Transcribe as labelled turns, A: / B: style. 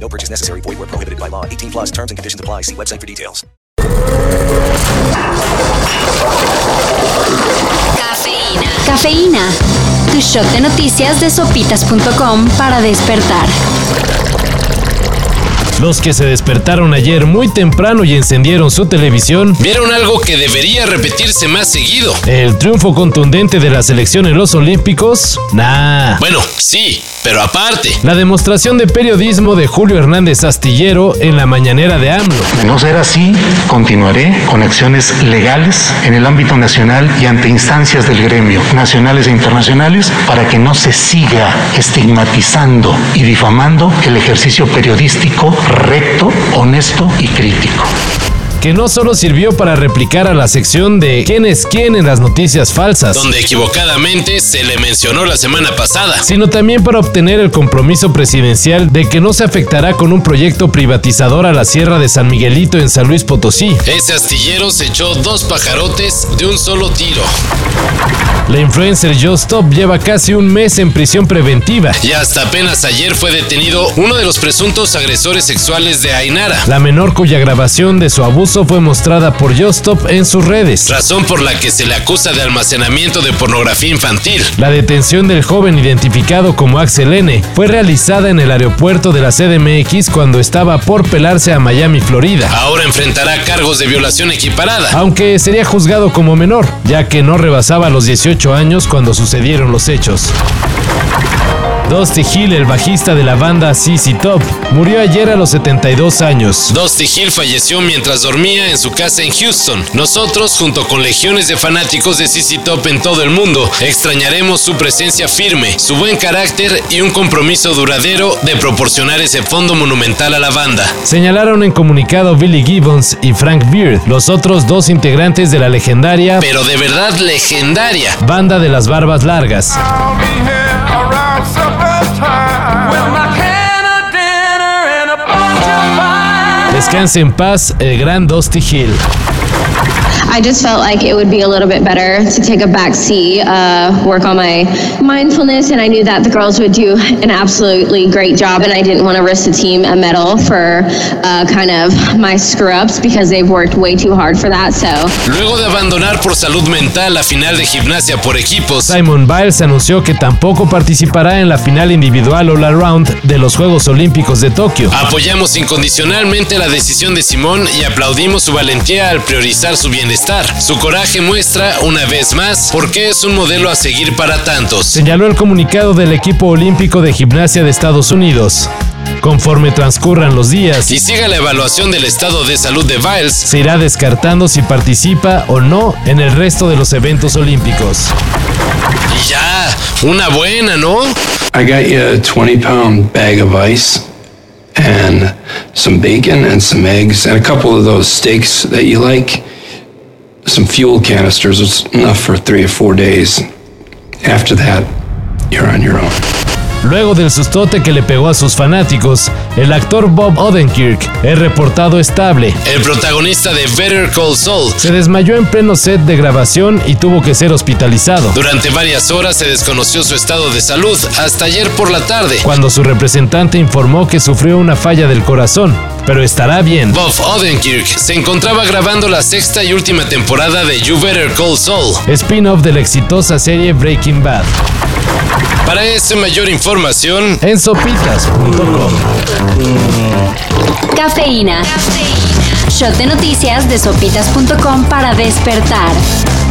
A: No purchase necessary. Void where prohibited by law. 18 plus terms and conditions apply. See website for details.
B: Cafeína. Cafeína. Tu shot de noticias de sopitas.com para despertar.
C: Los que se despertaron ayer muy temprano y encendieron su televisión
D: vieron algo que debería repetirse más seguido.
C: ¿El triunfo contundente de la selección en los Olímpicos? Nah.
D: Bueno, sí, pero aparte.
C: La demostración de periodismo de Julio Hernández Astillero en la mañanera de AMLO.
E: De no ser así, continuaré con acciones legales en el ámbito nacional y ante instancias del gremio, nacionales e internacionales, para que no se siga estigmatizando y difamando el ejercicio periodístico recto, honesto y crítico
C: que no solo sirvió para replicar a la sección de quién es quién en las noticias falsas,
D: donde equivocadamente se le mencionó la semana pasada,
C: sino también para obtener el compromiso presidencial de que no se afectará con un proyecto privatizador a la Sierra de San Miguelito en San Luis Potosí.
D: Ese astillero se echó dos pajarotes de un solo tiro.
C: La influencer Joe Stop lleva casi un mes en prisión preventiva.
D: Y hasta apenas ayer fue detenido uno de los presuntos agresores sexuales de Ainara,
C: la menor cuya grabación de su abuso fue mostrada por Yostop en sus redes.
D: Razón por la que se le acusa de almacenamiento de pornografía infantil.
C: La detención del joven identificado como Axel N fue realizada en el aeropuerto de la CDMX cuando estaba por pelarse a Miami, Florida.
D: Ahora enfrentará cargos de violación equiparada.
C: Aunque sería juzgado como menor, ya que no rebasaba los 18 años cuando sucedieron los hechos. Dusty Hill, el bajista de la banda CC Top, murió ayer a los 72 años.
D: Dusty Hill falleció mientras dormía en su casa en Houston. Nosotros, junto con legiones de fanáticos de CC Top en todo el mundo, extrañaremos su presencia firme, su buen carácter y un compromiso duradero de proporcionar ese fondo monumental a la banda.
C: Señalaron en comunicado Billy Gibbons y Frank Beard, los otros dos integrantes de la legendaria,
D: pero de verdad legendaria,
C: banda de las barbas largas. Descanse en paz el gran Dusty Hill.
F: I just felt like it would be a little bit better to take a back seat, uh, work on my mindfulness, and I knew that the girls would do an absolutely great job, and I didn't want to risk the team a medal for uh, kind of my screw ups because they've worked way too hard for that. So.
D: Luego de abandonar por salud mental la final de gimnasia por equipos,
C: Simon Biles anunció que tampoco participará en la final individual all around de los Juegos Olímpicos de Tokio.
D: Apoyamos incondicionalmente la decisión de Simón y aplaudimos su valentía al priorizar su bienestar. Su coraje muestra, una vez más, por qué es un modelo a seguir para tantos.
C: Señaló el comunicado del equipo olímpico de gimnasia de Estados Unidos. Conforme transcurran los días
D: y siga la evaluación del estado de salud de Biles,
C: se irá descartando si participa o no en el resto de los eventos olímpicos.
D: Y ya, una buena, ¿no?
G: I got you a 20 pound bag of ice. And some bacon and some eggs and a couple of those steaks that you like. some fuel canisters. It's enough for three or four days. After that, you're on your own.
C: Luego del sustote que le pegó a sus fanáticos, el actor Bob Odenkirk es reportado estable.
D: El protagonista de Better Call Saul
C: se desmayó en pleno set de grabación y tuvo que ser hospitalizado.
D: Durante varias horas se desconoció su estado de salud hasta ayer por la tarde,
C: cuando su representante informó que sufrió una falla del corazón, pero estará bien.
D: Bob Odenkirk se encontraba grabando la sexta y última temporada de You Better Call Saul,
C: spin-off de la exitosa serie Breaking Bad.
D: Para esa mayor información
C: en sopitas.com.
B: Cafeína. Shot de noticias de sopitas.com para despertar.